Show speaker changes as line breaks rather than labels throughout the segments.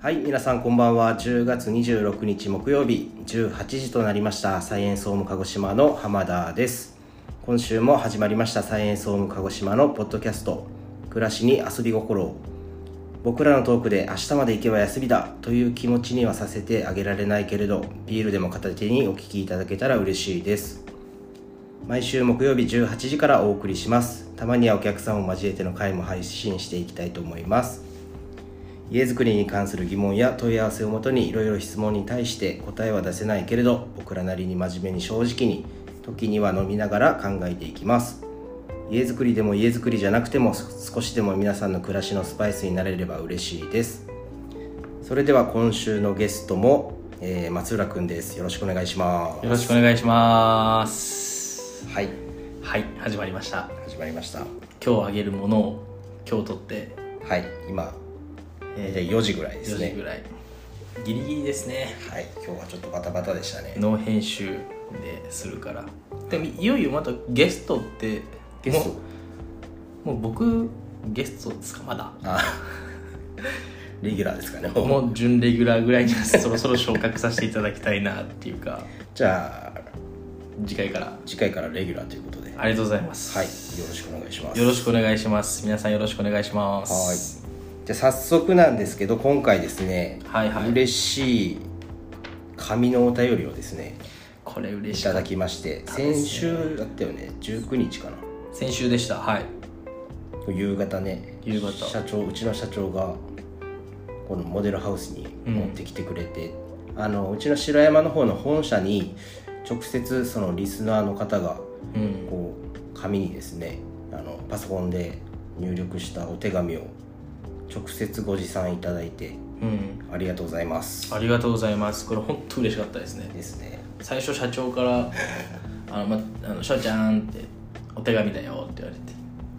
はい皆さんこんばんは10月26日木曜日18時となりましたサイエンスオウム鹿児島の浜田です今週も始まりましたサイエンスオウム鹿児島のポッドキャスト暮らしに遊び心を僕らのトークで明日まで行けば休みだという気持ちにはさせてあげられないけれどビールでも片手にお聞きいただけたら嬉しいです毎週木曜日18時からお送りしますたまにはお客さんを交えての回も配信していきたいと思います家づくりに関する疑問や問い合わせをもとにいろいろ質問に対して答えは出せないけれど僕らなりに真面目に正直に時には飲みながら考えていきます家づくりでも家づくりじゃなくても少しでも皆さんの暮らしのスパイスになれれば嬉しいですそれでは今週のゲストも、えー松浦くんですよろしくお願いします
よろしくお願いします
はい
はい始まりました
始まりました
今日あげるものを今日取って
はい今大体
え
4時ぐらいで
ー4
す
時
ね
ぐらいギリギリですね
はい今日はちょっとバタバタでしたね
ノー編集でするからでもいよいよまたゲストって
ゲスト
もうもう僕ゲストですかまだ
あレギュラーですかねもう
もう準レギュラーぐらいにはそろ そろ昇格させていただきたいなっていうか
じゃあ
次回から
次回からレギュラーということで、はい、
ありがとうございます、
よろしくお願いします。
よろしくお願いします皆さんよろしくお願いします
はい。じゃあ早速なんですけど、今回ですね、
はいはい
嬉しい紙のお便りをですね、
これ嬉
い
しか
た
った
だきまして、先週だったよね、19日かな。
先週でしたはい
夕方ね、
夕方
社長うちの社長がこのモデルハウスに持ってきてくれて、あのうちの白山の方の本社に直接そのリスナーの方が
うん
こう紙にですねあのパソコンで入力したお手紙を直接ご持参いただいて
うん、
ありがとうございます
ありがとうございます。これ本当嬉しかったですね。
ですね
最初社長から 「あのまあのしょうちゃん」って「お手紙だよ」って言われて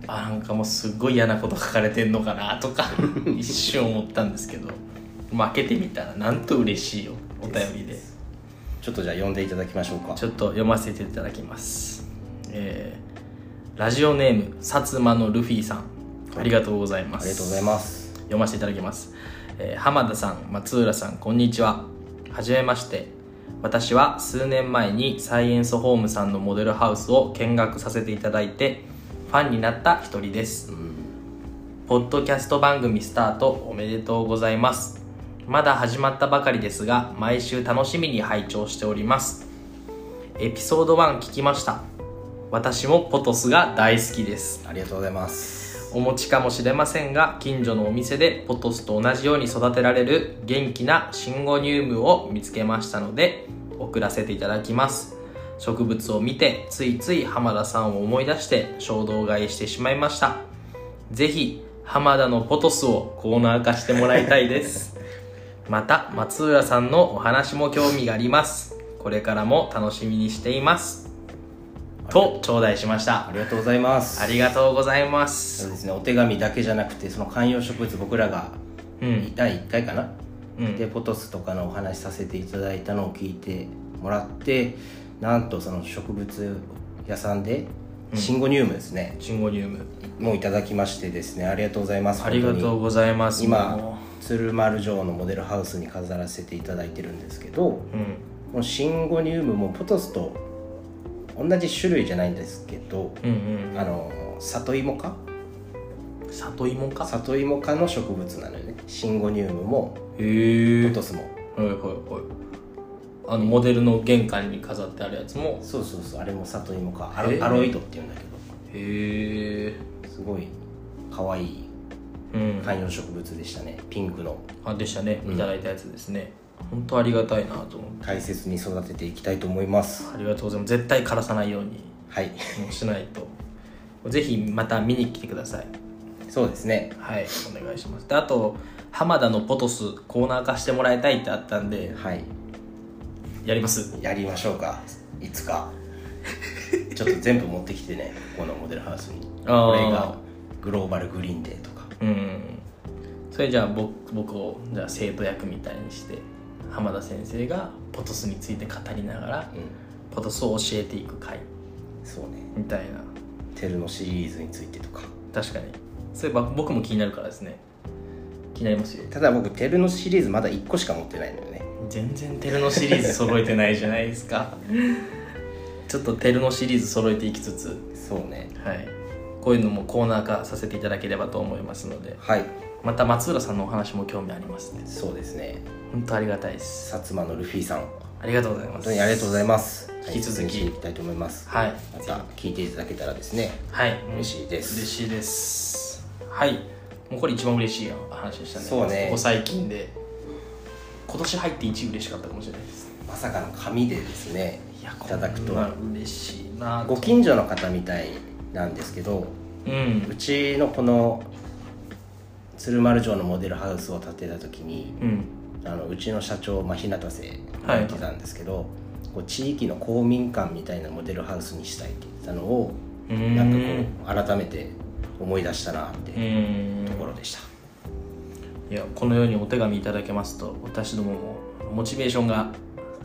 あなんかもうすっごい嫌なこと書かれてんのかなと か一瞬思ったんですけど負けてみたらなんと嬉しいよお便りで
ちょっとじゃあ読んでいただきましょうか
ちょっと読ませていただきますえーラジオネーム薩摩のルフィさんありがとうございま
あ
す
りがとうございます
読ませていただきます、えー浜田さん松浦さんこんにちははじめまして私は数年前にサイエンスホームさんのモデルハウスを見学させていただいてファンになった一人です、ポッドキャスト番組スタートおめでとうございますまだ始まったばかりですが毎週楽しみに拝聴しておりますエピソード1聞きました私もポトスが大好きです
ありがとうございます
お持ちかもしれませんが近所のお店でポトスと同じように育てられる元気なシンゴニウムを見つけましたので送らせていただきます植物を見てついつい浜田さんを思い出して衝動買いしてしまいましたぜひ浜田のポトスをコーナー化してもらいたいです また松浦さんのお話も興味がありますこれからも楽しみにしていますと頂戴しまし
あ
た
りがとうございます
ありがとうございます
そうですねお手紙だけじゃなくてその観葉植物僕らが
うん
第1回かな、
うん
でポトスとかのお話しさせていただいたのを聞いてもらってなんとその植物屋さんでシンゴニウムですね、
シンゴニウム
もういただきましてですねありがとうございます
ありがとう
本
ございます
当に今
も
鶴丸城のモデルハウスに飾らせていただいてるんですけど
ううん
このシンゴニウムもポトスと同じ種類じゃないんですけど
うん
あの里芋科
うん里芋か
里芋科の植物なのよねシンゴニウムも
へえ
ポ
はい
トスも
はいはいあのモデルの玄関に飾ってあるやつも
そうそうそうあれも里芋科ア
へえ
ロアロイドっていうんだけ
へえ
どすごい可愛い
うん
観葉植物でしたねピンクの
あでしたねいただいたやつですね本当ありがたいなと思って
大切に育てていきたいと思います
ありがとうございます絶対枯らさないように
はい
うんしないとぜひまた見に来てください
そうですね
はいお願いしますであと浜田のポトスコーナー化してもらいたいってあったんで
はい
やります
やりましょうかいつかちょっと全部持ってきてねここのモデルハウスに
あー
これがグローバルグリーンデーとか
うんそれじゃあ僕僕をじゃあ生徒役みたいにして浜田先生がポトスについて語りながら
うん
ポトスを教えていく回
そうね
みたいな
テルのシリーズについてとか
確かにそういえば僕も気になるからですね気になりますよ
ただ僕テルのシリーズまだ1個しか持ってないのよね
全然テルのシリーズ揃えてないじゃないですか ちょっとテルのシリーズ揃えていきつつ
そうね
はいこういうのもコーナー化させていただければと思いますので
はい
また松浦さんのお話も興味ありますね
そうですね
本当ありがたいです
薩摩のルフィさん
ありがとうございま
本
す
当にありがとうございます
引き続き
大切にしていきたいと思います
はい
また聞いていただけたらですね
はい
嬉しいです
嬉しいですはいもうこれ一番嬉しい話でしたね
そうね
ここ最近で今年入って一嬉しかったかもしれないです
まさかの紙でですねいただくと
こんな嬉しいな
ご近所の方みたいなんですけど
うん
うちのこの鶴丸城のモデルハウスを建てた時に
うん
あのうちの社長、まあ、日向瀬が
はい
言ってたんですけど、こう地域の公民館みたいなモデルハウスにしたいって言ってたのを
うん
なんかこう改めて思い出したなって
う
いうんところでした、
いやこのようにお手紙いただけますと私どももモチベーションが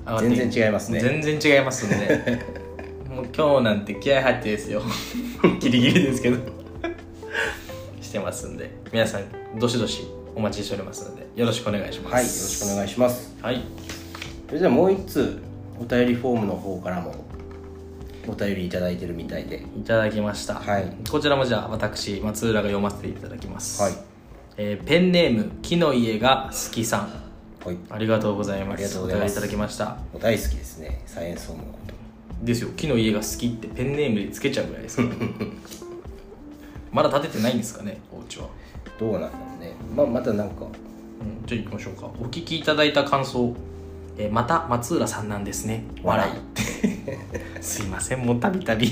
上がって
全然違いますね
全然違いますん でもう今日なんて気合入ってですよ ギリギリですけどしてますんで皆さんどしどしお待ちしておりますのでよろしくお願いします
はいよろしくお願いします
はい
それではもう一通お便りフォームの方からもお便りいただいてるみたいで
いただきました、
はい
こちらもじゃあ私松浦が読ませていただきます、
はい
えーペンネーム木の家が好きさん
はい
ありがとうございます
ありがとうございます
お便りいただきました
もう大好きですねサイエンスホームのこと
ですよ木の家が好きってペンネームでつけちゃうぐらいですからまだ建ててないんですかねお家は、
どうなんだろうね、まあ、またなんか
うん、じゃあ行きましょうかお聞きいただいた感想、えーまた松浦さんなんですね笑い すいませんもうたびたび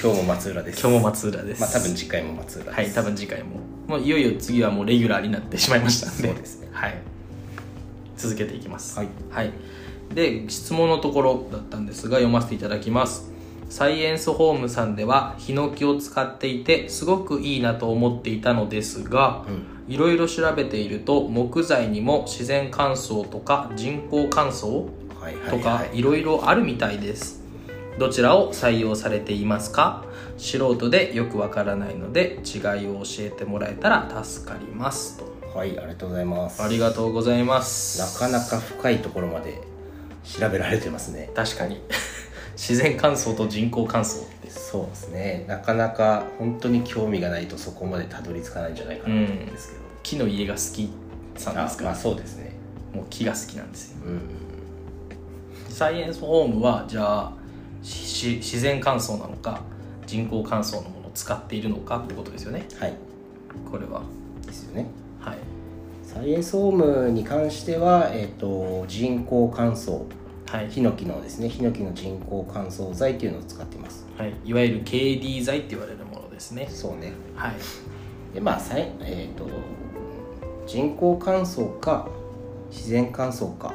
今日も松浦です
今日も松浦です
まあ多分次回も松浦
は
で
い
す
多分次回ももういよいよ次はもうレギュラーになってしまいましたんで
そうですね
はい続けていきます
はい、
で質問のところだったんですが読ませていただきますサイエンスホームさんではヒノキを使っていてすごくいいなと思っていたのですがいろいろ調べていると木材にも自然乾燥とか人工乾燥
はいはい
と
は
か
い
いろいろあるみたいですどちらを採用されていますか素人でよくわからないので違いを教えてもらえたら助かりますと
はいありがとうございます
ありがとうございます
なかなか深いところまで調べられてますね
確かに 自然乾燥と人工乾燥
そうですねなかなか本当に興味がないとそこまでたどり着かないんじゃないかなと思うんですけど、
木の家が好きさん
あ
ですか
まあそうですね
もう木が好きなんですよ
うん
サイエンスホームはじゃあしし自然乾燥なのか人工乾燥のものを使っているのかってことですよね
はい
これは
ですよね
はい
サイエンスホームに関しては、えっと人工乾燥
はい
ヒノキのですねヒノキの人工乾燥剤っていうのを使ってます
はい、いわゆる KD 剤って言われるものですね。
そうね
はい、
でまあさいえっ、と人工乾燥か自然乾燥か、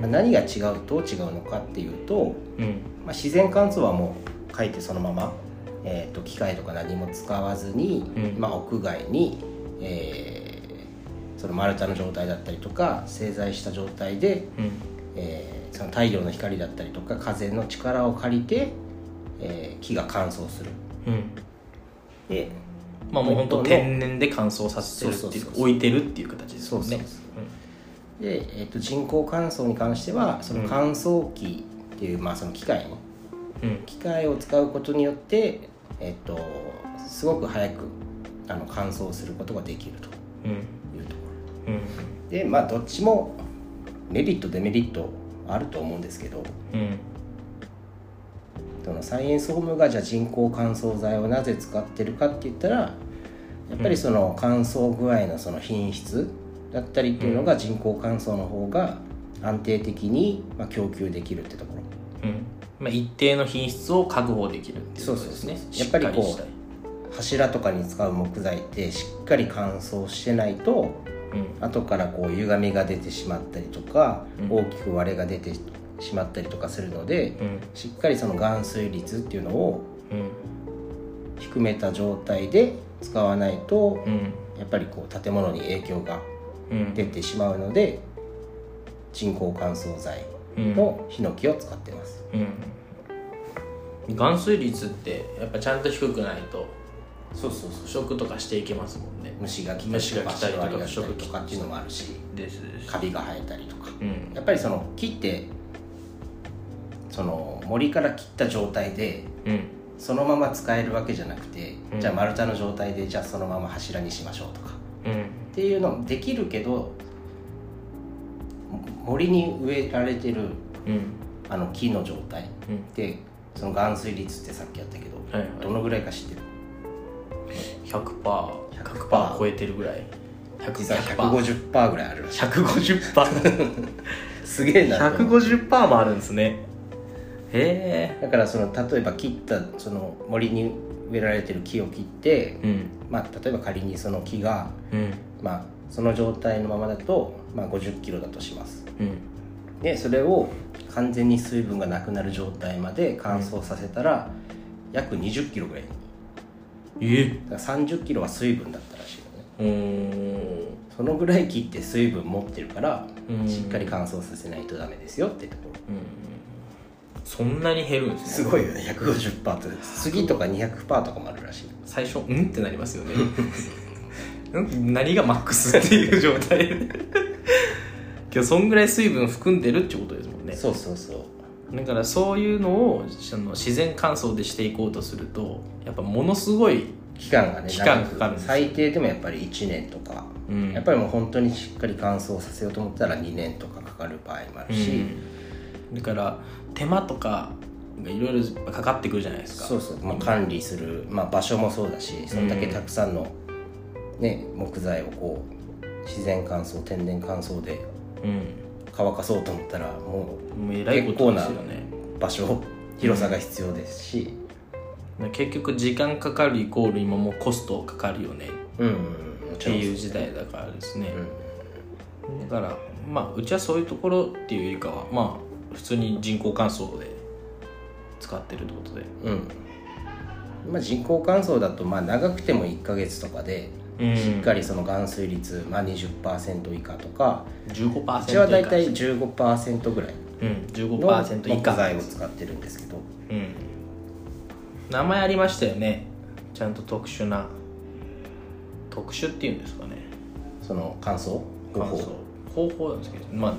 まあ何が違うと違うのかっていうと、
うん、
まあ、自然乾燥はもう書いてそのまま、えー、と機械とか何も使わずに、
うん
まあ、屋外に、えーその丸太の状態だったりとか製材した状態で、
うん、
えーその太陽の光だったりとか風の力を借りて、えー木が乾燥する。
うん。
で
まあもう本当天然で乾燥させてる
そう
って
そうそうう
いか
そう
置いてるっていう形ですもんね。
そうそうで、えっと人工乾燥に関してはそ
うん
の乾燥機っていう、まあ、その機械ね
うんうん
機械を使うことによって、えっとすごく早くあの乾燥することができると
うん
いうところ
うん
でまあどっちもメリットデメリットあると思うんですけど
うん
そのサイエンスホームがじゃあ人工乾燥剤をなぜ使ってるかって言ったらやっぱりその乾燥具合のその品質だったりっていうのが人工乾燥の方が安定的にまあ供給できるってところ
うん。まあ一定の品質を確保できるっていうことですね
そう。
し
そうそう
っかり
やっぱりこう
したい。
柱とかに使う木材ってしっかり乾燥してないと
うん
後からこう歪みが出てしまったりとか、
うん
大きく割れが出てしまったりとかするので、しっかりその含水率っていうのを
うんうん
低めた状態で使わないと、
うん
やっぱりこう建物に影響が
うん
出てしまうので人工乾燥剤
うん
のヒノキを使ってます、
うん。含水率ってやっぱちゃんと低くないと
そうそう
腐
そう
食とかしていけますもんね
虫が来たり
虫
と
が
か
来たり
シ
と
ロ
か
アリが来たり
食器
とかっていうのもあるし
ですです
カビが生えたりとか
うん
やっぱりその木ってその森から切った状態で
うん
そのまま使えるわけじゃなくて、
うん
じゃあ丸太の状態でじゃあそのまま柱にしましょうとか
うん
っていうのできるけども森に植えられてる
うん
あの木の状態
うん
でその含水率ってさっきやったけど、
はい
ど
はい
のぐらいか知ってる
100%100%
100%
100%超えてるぐらい
実は150%ぐらいあるらしい
150%150%
すげえなと思う
もあるんですねへ
だからその例えば切ったその森に植えられてる木を切って
え、うん
まあ、例えば仮にその木が、
うん
まあ、その状態のままだと、まあ、5 0キロだとします
うん
でそれを完全に水分がなくなる状態まで乾燥させたら、約2 0キロぐらい
え
だから3 0キロは水分だったらしいよね
うーん
そのぐらい切って水分持ってるから
うん
しっかり乾燥させないとダメですよってところ
うんそんなに減るんです
す
ね
ごいよね150%と杉とか200%とかもあるらしい
最初うんってなりますよねん何がマックスっていう状態でけどそんぐらい水分含んでるってことですもんね
そうそうそう
だからそういうのをその自然乾燥でしていこうとするとやっぱものすごい、
期間がね
期間かかるんです
最低でもやっぱり1年とか
うん
やっぱりもう本当にしっかり乾燥させようと思ったら2年とかかかる場合もあるし、
うんだから手間とかがいろいろかかってくるじゃないですか
そうそう、まあ、管理する、まあ、場所もそうだしそんだけたくさんの、ね、木材をこう自然乾燥天然乾燥で
うん
乾かそうと思ったらも
もうえらいことですよね
う場所広さが必要ですし、
結局時間かかるイコール今もうコストかかるよね
うんうんうん、も
っ
ち
て
ろん
いう時代だからですね、
うん
だからまあうちはそういうところっていうよりかはまあ普通に人工乾燥で使ってるってことで
うんまあ、人工乾燥だとまあ長くても1ヶ月とかで
うん
しっかりその含水率、まあ、20%以下とかう
15%
ちは大
以下
体15%ぐらい
うん
の
15%以
木
下
材を使ってるんですけど
うん名前ありましたよねちゃんと特殊な特殊っていうんですかね
その乾燥方
乾
法
燥方法なんですけどま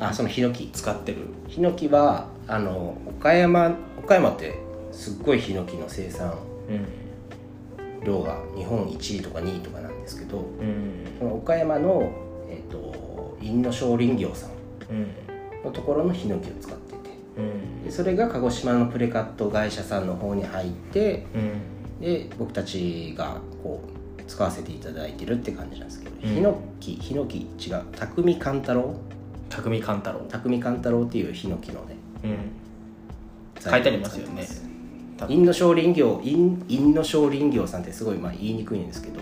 あ
あそのヒノキ
使ってる
ヒノキはあの岡山岡山ってすっごいヒノキの生産
うん
量が日本1位とか2位とかなんですけど
うん
その岡山の、えっと陰の少林業さん
うん
のところのヒノキを使ってて
うん
でそれが鹿児島のプレカット会社さんの方に入って
うん
で僕たちがこう使わせていただいてるって感じなんですけど、
うん
ヒノキヒノキ違う匠勘太郎
匠勘太郎
匠勘太郎っていうヒノキのね
うん書
材
いてあ
料
り
を
ま
使っ
すよ
て
ね
陰の少林業陰陰の少林業さんってすごいまあ言いにくいんですけ ど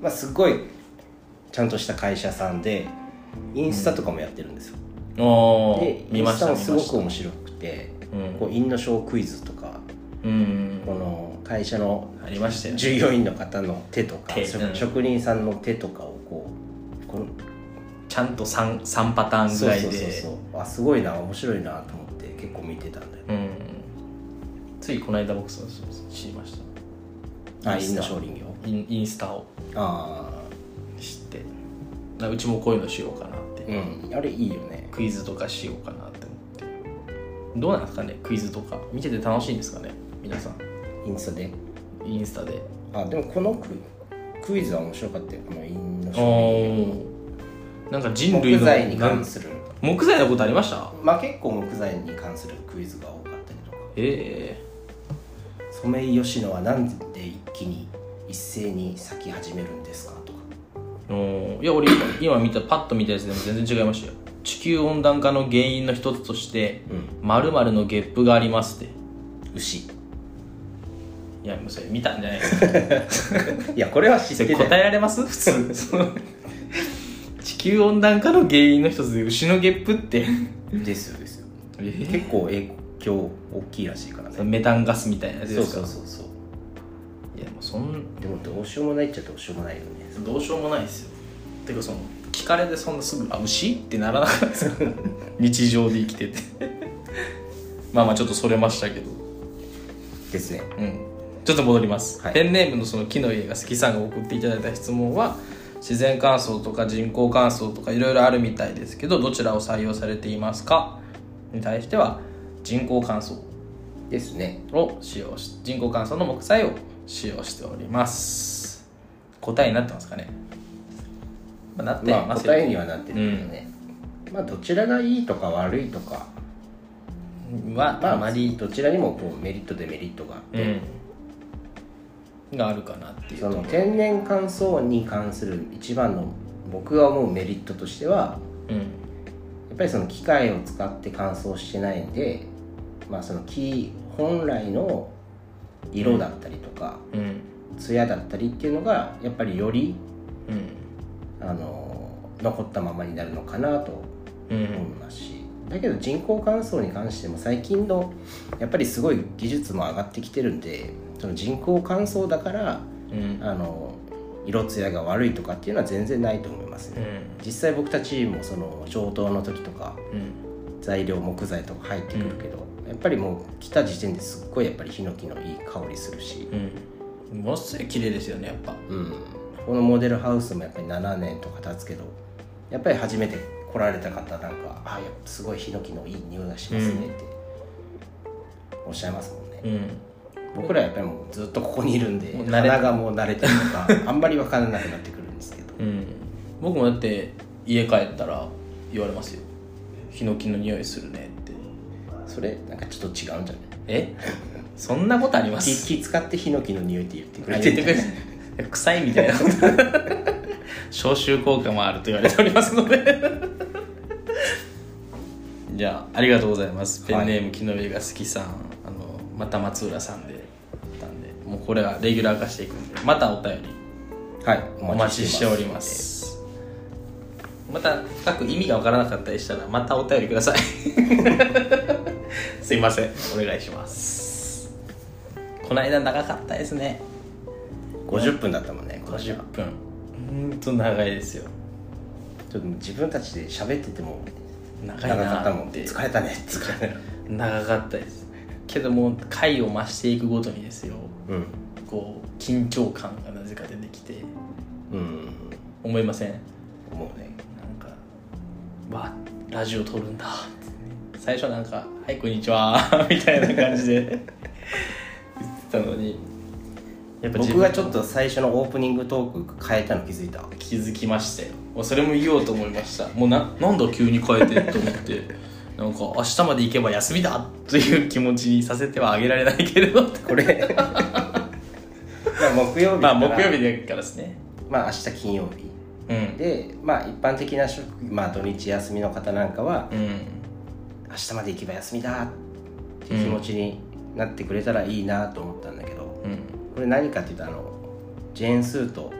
まあすごいちゃんとした会社さんでインスタとかもやってるんですよ、
お
で
ー
イ
見
ン
ま
ス
し
タ
た
も
見
す
ま
ご
し
く
た
面白くて
うん
こう陰の少クイズとか
うん
この会社の
ありましたよね
従業員の方の手とか
手
職
うん
職人さんの手とかをこうこの
ちゃんと 3, 3パターンぐ
そう
らい
そうそう
で
そうあすごいな面白いなと思って結構見てたんだよ
うんついこの間僕そうそうそう知りました
あ
インス
イン
タ
ナー少林業
インインスタを
あ
知ってなうちもこういうのしようかなって、
あうんあれいいよね
クイズとかしようかなって思ってどうなんですかねクイズとか見てて楽しいんですかね皆さん
インスタで
インスタで
あでもこのククイズは面白かったよこのインナー少
おなんか人
林業
類の
木材に
な
関
ん
する
木材のことありました
まあ結構木材に関するクイズが多かったりとか
え
ソメイヨシノはなんで一気に一斉に咲き始めるんですかとか
えおーいや俺今見たパッと見たやつでも全然違いましたよ地球温暖化の原因の一つとして
うん
〇〇のゲップがありますって
牛
いやもうそれ見たんじゃないですか
いやこれは知っ
そ
て
れ
たよ
答えられます普通その地球温暖化の原因の一つで牛のゲップって
ですよですよ結構影響大きいらしいからね
そのメタンガスみたいなやつ
そ
で
う
すか
そうそうそう
いやもうそん
でもどうしようもないっちゃどうしようもないよね
どうしようもないですよてかその聞かれてそんなすぐ「あ牛?」ってならなかった ですよ日常で生きててまあまあちょっとそれましたけど
ですね
うん、ちょっと戻ります、
はい
ペンネームのその木の家が好きさんが送っていただいた質問は自然乾燥とか人工乾燥とかいろいろあるみたいですけどどちらを採用されていますかに対しては人工乾燥
ですね
を使用し人工乾燥の木材を使用しております答えになってますかね、まあ、なって
まあ
ますよ、
答えにはなってるけどね、まあどちらがいいとか悪いとか
は
まあ
あまり、
どちらにもこうメリットデメリットがあって、
うん、があるかなっていう
その天然乾燥に関する一番の僕が思うメリットとしては
うん
やっぱりその機械を使って乾燥してないんで、まあ、その木本来の色だったりとか、
うん
艶だったりっていうのがやっぱりより
うん
あの残ったままになるのかなと
う
思い
ん
ますし、だけど人工乾燥に関しても最近のやっぱりすごい技術も上がってきてるんでその人工乾燥だから
うん
あの色艶が悪いとかっていうのは全然ないと思いますね、
う
実際僕たちもその上等の時とか
んうん
材料木材とか入ってくるけど、やっぱりもう来た時点ですっごいやっぱりヒノキのいい香りするし、
うん、ものすごい綺麗ですよねやっぱ
うん、このモデルハウスもやっぱり7年とか経つけどやっぱり初めて来られた方なんか「あやっぱすごいヒノキのいい匂いがしますね」っておっしゃいますもんね、
うん
僕らやっぱりもうずっとここにいるんで
もう慣れ
鼻がもう慣れてるのかあんまり分からなくなってくるんですけど
うん僕もだって家帰ったら言われますよヒノキの匂いするねって
それなんかちょっと違うんじゃない
えそんなことありま
気
す
気使ってヒノキの匂いって言ってく
あ
れ
言
て
ってくれ
る
臭いみたいな消臭効果もあると言われておりますので じゃあありがとうございますペンネーム木の上が好きさんあのまた松浦さんでたんでもうこれはレギュラー化していくんでまたお便り
はい
お待ちしておりますまた深く意味がわからなかったりしたらまたお便りくだ さいすいませんお願いしますこの間長かったですね
50分だったもんねこの間
50分ほんと長いですよ
ちょっと自分たちで喋ってても
長い
長か
な
ったも
ー
ん
って
疲れたねって疲れた
長かったですけども回を増していくごとにですよ
うん
こう緊張感がなぜか出てきて
うん
思いません
思うね
なんか「わラジオ撮るんだ」ってね最初なんか「はいこんにちは」 みたいな感じで言ってたのにやっぱ自
僕
分
がちょっと最初のオープニングトーク変えたの気づいた
気づきましたよもうそれも言おうと思いましたもうななんだ急に変えてと思って なんか明日まで行けば休みだという気持ちにさせてはあげられないけれ ど
これ まあ木曜日
ま
か
あ
ら
木曜日だからですね
まあ明日金曜日
うん
でまあ一般的な職まあ土日休みの方なんかは
うん
明日まで行けば休みだっていう気持ちになってくれたらいいなと思ったんだけど
うん
これ何かっていうとあのジェーン・スーと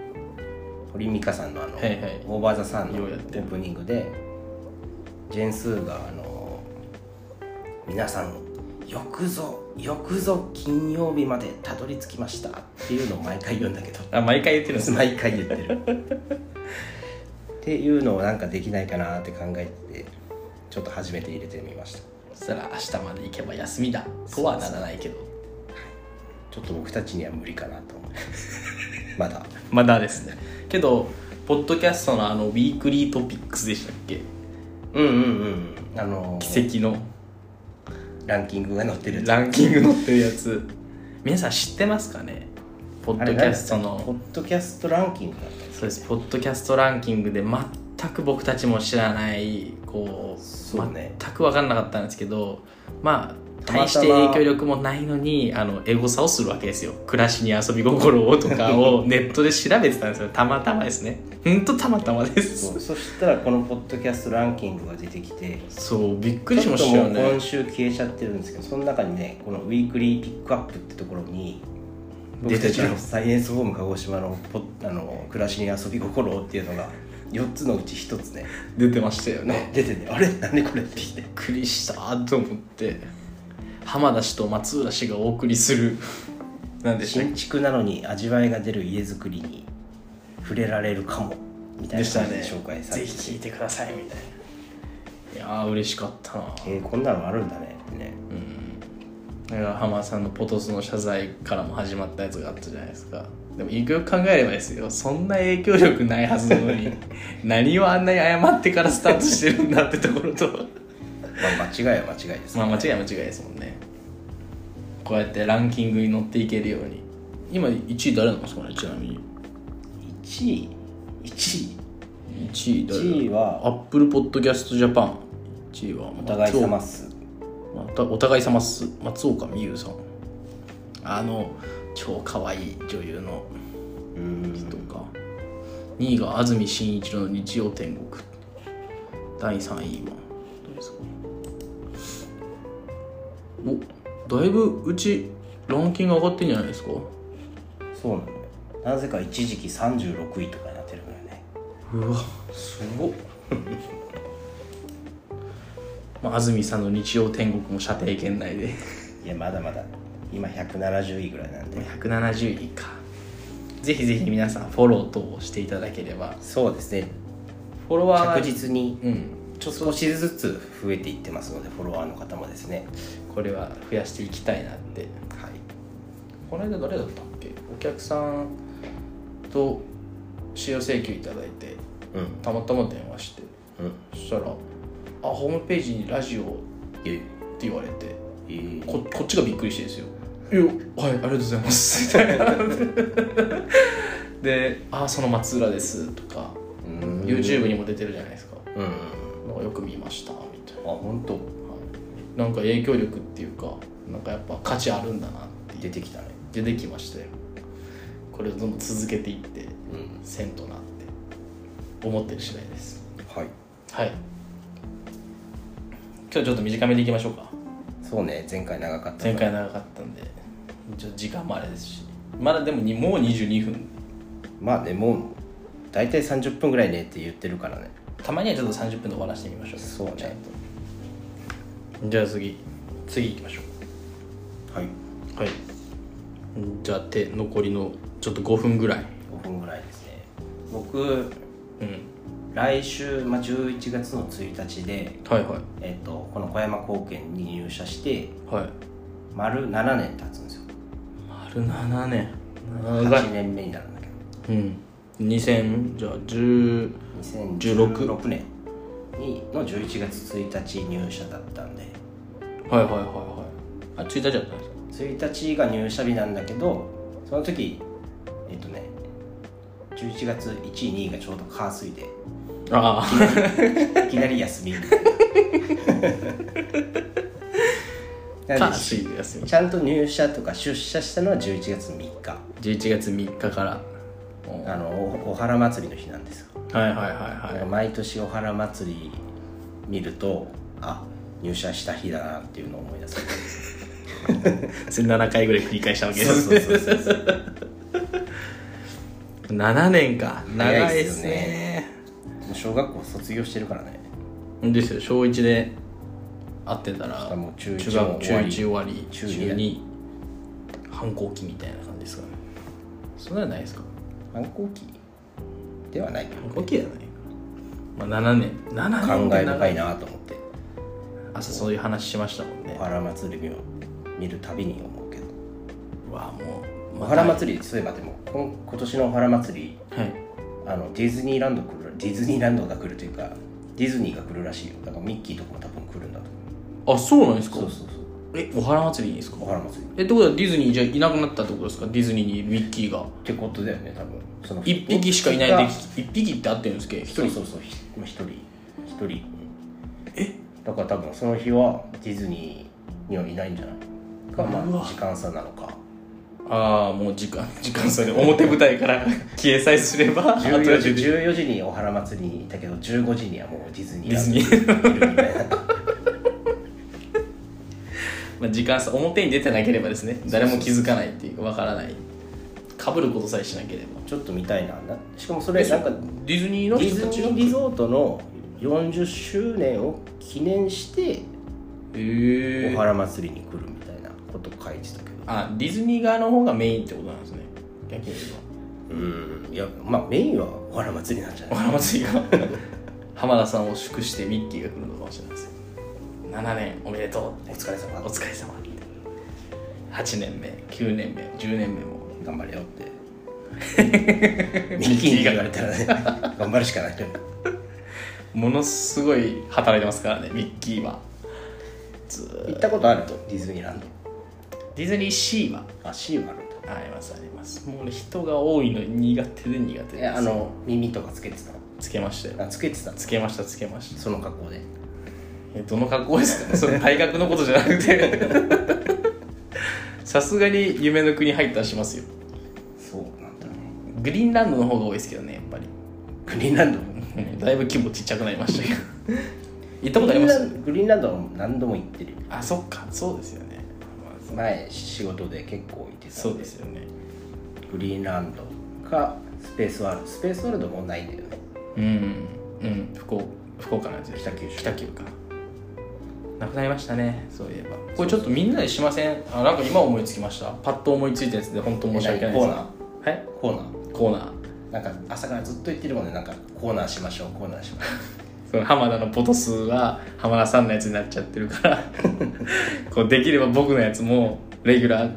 堀美香さんのあの、
はいはい
オーバー・ザ・サンの
よ
オ
うや
ー
って
プニングでジェーン・スーがあの皆さんよくぞよくぞ金曜日までたどり着きましたっていうのを毎回言うんだけど
あ毎回言ってるんですね
毎回言ってるっていうのをなんかできないかなって考えてちょっと初めて入れてみました
そしたら明日まで行けば休みだとはならないけど
ちょっと僕たちには無理かなと思って まだ
まだですねけどポッドキャストのあのウィークリートピックスでしたっけ
うんうんうんあの
奇跡の
ランキングが載ってるやつ
ランキング載ってるやつ皆さん知ってますかねポッドキャスト
あれ何だったポッ
の
ドキャストランキングだったんです
そうですポッドキャストランキングで全く僕たちも知らないこう
そうね
全く分かんなかったんですけどまあ
たまたま
大して影響力もないのにあのエゴサをするわけですよ暮らしに遊び心をと かをネットで調べてたんですよたまたまですねほんとたまたまです
そうそしたらこのポッドキャストランキングが出てきて
そうびっくり
ち
し
ょ
ま
っと
したよ
もう
ね
今週消えちゃってるんですけどその中にねこのウィークリーピックアップってところに
出
僕
て
た
き
ち
た
のサイエンスホーム鹿児島のポッあの暮らしに遊び心をっていうのが4つのうち1つね
出てましたよね
ね出てねあれ何これってきて
びっくりしたと思って浜田氏と松浦氏がお送りするなんでしたっ
新築なのに味わいが出る家づくりに触れられるかもみ
け
たいな
でした
感じ
ね
で紹介さ
ぜ
れて、
ひ聞いてくださいみたいないやー嬉しかったな
えーこんなのあるんだねってね
うんだから浜田さんのポトスの謝罪からも始まったやつがあったじゃないですかでもよくよく考えればですよそんな影響力ないはずな のに何をあんなに謝ってからスタートしてるんだってところと
まあ、間違いは間違いです、
まあ間違いは間違いですもんねこうやってランキングに乗っていけるように今1位誰なんですかねちなみに
1位1位
1位誰
1位は
アップルポッドキャストジャパン1位はお
お互い様っす
またお互い様っす松岡美優さんあの超可愛い女優の
うん
人か2位が安住紳一郎の日曜天国第3位はどうですかおだいぶうちランキング上がってんじゃないですか
そうなんだよなぜか一時期36位とかになってるからね
うわすごっ まあ安住さんの日曜天国も射程圏内で
いやまだまだ今170位ぐらいなんで
170位かぜひぜひ皆さんフォロー等をしていただければ
そうですね
フォロワーが
着実に
うん
ちょっと少しずつ増えていってますのでフォロワーの方もですね
これは増やしていきたいなって
はい
この間誰だったっけお客さんと使用請求いただいて
うん
たまたま電話して
うん
そしたら「あホームページにラジオ」っ
え
て言われて
え
ここっちがびっくりしてですよ「いやはいありがとうございます」み たいなで「あその松浦です」とか
うん
YouTube にも出てるじゃないですか
うんあ
なんかよく見ましたみたいな、
本当
はい、なんか影響力っていうかなんかやっぱ価値あるんだなって
出てきたね
出てきましたよこれをどんどん続けていって
うん
せんとなって思ってる次第です
はい
はい今日ちょっと短めでいきましょうか
そうね前回長かった
前回長かったんでちょっと時間もあれですしまだでもにもう22分
まあねもう大体30分ぐらいねって言ってるからね
たまにはちょっと30分で終わらせてみましょう
そうね
ちゃんとじゃあ次次行きましょう
はい
はいじゃあ手残りのちょっと5分ぐらい
5分ぐらいですね僕
うん
来週、まあ、11月の1日で、
はいはい
えっとこの小山高研に入社して
はい
丸7年経つんですよ
丸7年長い
8年目になるんだけど
うん2000じゃあ10
2016年にの11月1日入社だったんで
はいはいはいはいあ1日だったんですか
1日が入社日なんだけどその時えっ、とね11月1位2位がちょうど火水で
あ
いきなり休みみたいな
あ
なん
か
で
つい休み
ちゃんと入社とか出社したのは11月3日
11月3日からお
あのおお原祭りの日なんですよ、
はいはいはいはい
毎年お原祭り見るとあ入社した日だなっていうのを思い出す
7回ぐらい繰り返したわけで
そう
す
そうそうそう
7年か長いです
早いっ
ね
もう小学校卒業してるからね
ですよ小1で会ってたら
もう中一
中学
も終
中
わり
1終わり中
中二や
2反抗期みたいな感じですかねそんなのないですか
反抗期ではないけど
反抗期じゃないまあ7年7年
感
って
慨深いなと思って
朝そういう話しましたもんね
お原祭りを見るたびに思うけど
わあもう
お原祭りそういえばでも今今年のお原祭り
はい
あのディズニーランド来るディズニーランドが来るというかディズニーが来るらしいよだからミッキーとかも多分来るんだと
あそうなんですか
思うそうそうそう
えお花祭りにですか
お原祭り
えってことはディズニーじゃいなくなったってことですかディズニーにミッキーが
ってことだよね多分その
1匹しかいないで1匹ってあってるんですけど1
一人そうそうひまあ一人一人えだから多分その日はディズニーにはいないんじゃないかま
うわ
あ時間差なのか
ああもう時間時間差で表舞台から消えさえすればあとは
14時
ディ
,14 時にお原祭りにいたけど15時にはもうディズニー
ズニ
ー
ー
いるみたいな
まあ時間差表に出てなければですね誰も気づかないっていうかわからないかぶることさえしなければ
ちょっと見たいななしかもそれなんかデ
ディズニーの
ィ
人
ズ
た
ニ
ちが
ーリゾートの40周年を記念して
へ
お
え
原祭りに来るみたいなこと書いてたけど
あディズニー側の方がメインってことなんですね逆に言えば
うんいやまあメインはお原祭りなんじゃ
お
ない
花祭りが 浜田さんを祝してミッキーが来るのかもしれないですよ7年おめでとう
お疲れ様
お疲れ様って8年目9年目10年目も
頑張れよって ミッキーに言われたらね頑張るしかない
ものすごい働いてますからねミッキーはずー
行ったことあるとディズニーランド
ディズニーシーは
あシーはあるんだ
ありますありますもう俺人が多いの苦手で苦手
え
です
あの耳とかつけて
つけました
た
よ
あつけてた
つけましたつけました
その格好で
えどの格好ですかそ れ大学のことじゃなくて さすがに夢の国入ったらしますよ
そうなんだね
グリーンランドの方が多いですけどねやっぱり
グリーンランド
うんだいぶ規模ちっちゃくなりまし たけど行ったことありま
グリーン
す
ランドグリーンランドは何度も行ってるよ
あそっかそうですよね、ま
前仕事で結構行ってたんで
あそうですよね
グリーンランドかスペースワールドスペースワールドもないんだよね
うんうん福岡福岡のやつで
北九州
北九かなくなりましたねそういえばこれちょっとみんなでしませんあなんか今思いつきましたパッと思いついたやつで本当申し訳ないです
え何
ーナーはい
コーナー
コーナー
なんか朝からずっと言ってるもんねなんかコーナーしましょうコーナーしましょ
その浜田のポトスは浜田さんのやつになっちゃってるから こうできれば僕のやつもレギュラー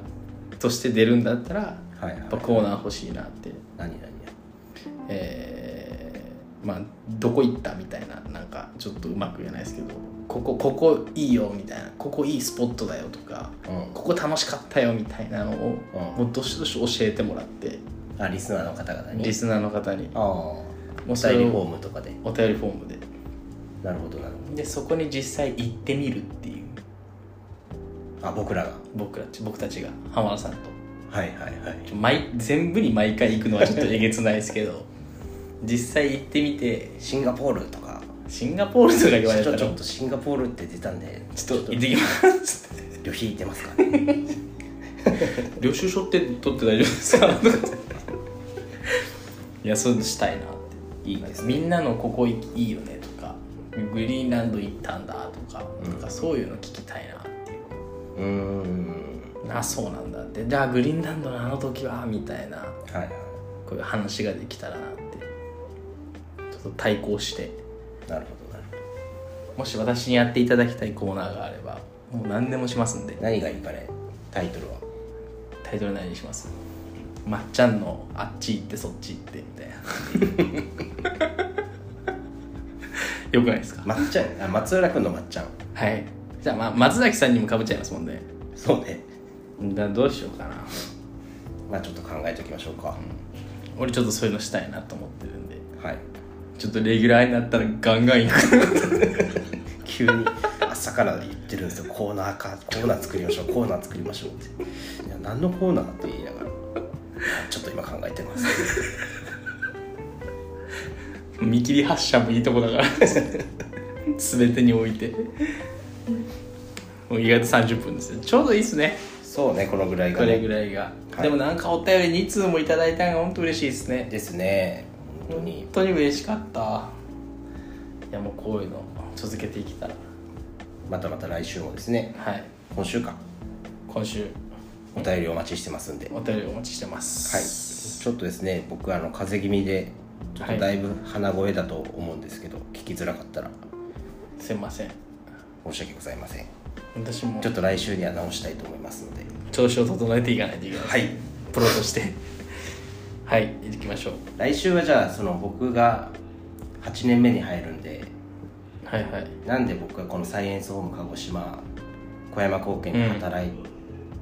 として出るんだったらや
うはいはい
っぱコーナー欲しいなって
何何
えーまあどこ行ったみたいななんかちょっとうまく言えないですけどここここいいよみたいなここいいスポットだよとか、
うん
ここ楽しかったよみたいなのを、
うん
もうどしどし教えてもらって
あリスナーの方々に
リスナーの方に
ああお
もうそれ
便り
を
フォームとかで
お便りフォームで
なるほどなるほ
でそこに実際行ってみるっていう
どあ僕らが
僕ら僕たちが浜田さんと
はいはいはい
毎全部に毎回行くのはちょっとえげつないですけど実際行ってみて
シンガポールとか
シンガポールとか言われ
ち
た
ょ
ら
ちょっとシンガポールって出たんで
ちょっと行ってきますって
旅費いてますか ね
領収書って取って大丈夫ですか いやそうしたいなっていいです、みんなのここいいよねとかグリーンランド行ったんだとか,、なんかそういうの聞きたいなって
う
いう
ーん
あそうなんだってじゃあグリーンランドのあの時はみたいな
はいは
こういう話ができたらなってちょっと対抗して
いなるほどなるほど
もし私にやっていただきたいコーナーがあればもう何でもしますんで
何がいいかねタイトルは
タイトル何にしますまっちゃんのあっち行ってそっち行ってみたいな よくないですか
まっちゃんあ松浦君のまっちゃん
はいじゃあ、ま、松崎さんにもかぶっちゃいますもんね
そうね
だどうしようかな
まあちょっと考えておきましょうか、
俺ちょっとそういうのしたいなと思ってるんで
はい
ちょっとレギュラーになったらガンガン行く
急に朝から言ってるんですよコーナーかコーナー作りましょうコーナー作りましょうっていや何のコーナーって言いながらちょっと今考えてます
見切り発車もいいとこだから全てにおいてもう意外と30分ですよちょうどいいっすね
そうねこのぐらい
こ
が、
れぐ
ね、
らいが、
はい
でもなんかお便り2通もいただいたのが本当嬉しいですね
ですね本当に
本当に嬉しかったいやもうこういうの続けていけたら
またまた来週もですね
はい
今週か
今週
お便りお待ちしてますんで、はい
お便りお待ちしてます
ちょっとですね僕あの風邪気味でちょっとだいぶ鼻声だと思うんですけど、聞きづらかったら
はいすいません
申し訳ございません
私も
ちょっと来週には直したいと思いますので
調子を整えていかないといけないです
はい
プロとしてはい行きましょう
来週はじゃあその僕が8年目に入るんで
はいはい
なんで僕がこのサイエンスホーム鹿児島小山高研で働い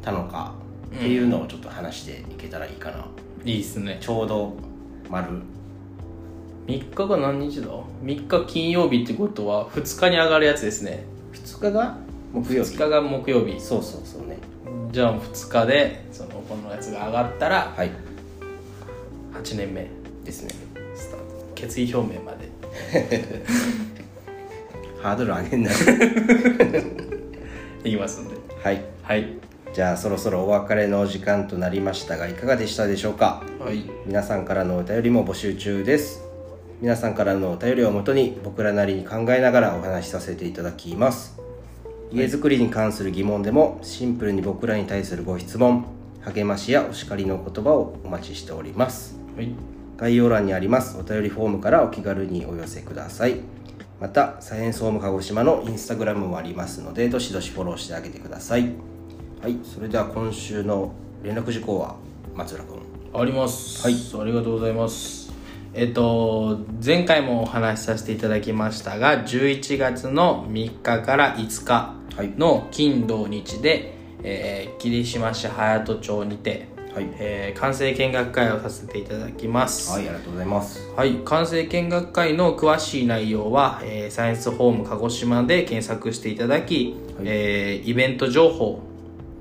たのかっていうのをちょっと話していけたらいいかな、
いいっすね
ちょうど丸
3日が何日だ3日金曜日ってことは2日に上がるやつですね
2日が木曜日
2日が木曜日
そうそうそうね
じゃあ2日でそのこのやつが上がったら
はい
8年目
ですね
スタート決意表明まで
ハードル上 げんな
いきますんで
はい
はい
じゃあそろそろお別れのお時間となりましたがいかがでしたでしょうか
はい
皆さんからのお便りも募集中です皆さんからのお便りをもとに僕らなりに考えながらお話しさせていただきます家づくりに関する疑問でもシンプルに僕らに対するご質問励ましやお叱りの言葉をお待ちしております
はい
概要欄にありますお便りフォームからお気軽にお寄せくださいまたサイエンスホーム鹿児島のインスタグラムもありますのでどしどしフォローしてあげてくださいはいそれでは今週の連絡事項は松浦君
あります。はい。ありがとうございます。えっと、前回もお話しさせていただきましたが、11月の3日から5日
はい
の金土日で、えー霧島市隼人町にて、
はい
えー完成見学会をさせていただきます。
はいありがとうございます
はい、完成見学会の詳しい内容は、えーサイエンスホーム鹿児島で検索していただき、えーイベント情報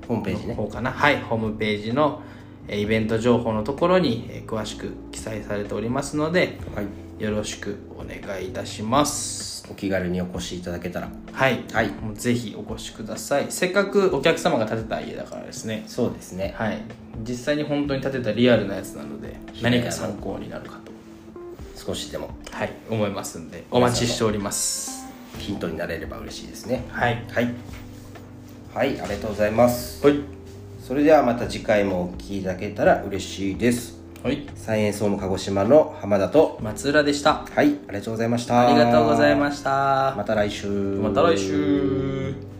ホームページ
の
ね
方かな、はい、ホームページの、えーイベント情報のところに、えー詳しく記載されておりますので、
はい
よろしくお願いいたします。
お気軽にお越しいただけたら
はい、
はい
もうぜひお越しください。せっかくお客様が建てた家だからですね、
そうですね
はい、実際に本当に建てたリアルなやつなので、何か参考になるかと。
少しでも
はい、思いますんで、お待ちしております。
ヒントになれれば嬉しいですね
はい。
はいはいありがとうございます
はい。
それではまた次回もお聞きいただけたら嬉しいです
はい。
サイエンスホーム鹿児島の浜田と
松浦でした。
はいありがとうございました
ありがとうござい
し
ました。
また来週
また来週。